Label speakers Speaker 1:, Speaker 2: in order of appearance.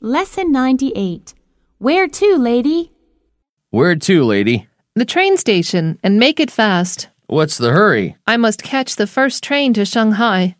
Speaker 1: Lesson 98. Where to, lady?
Speaker 2: Where to, lady?
Speaker 3: The train station, and make it fast.
Speaker 2: What's the hurry?
Speaker 3: I must catch the first train to Shanghai.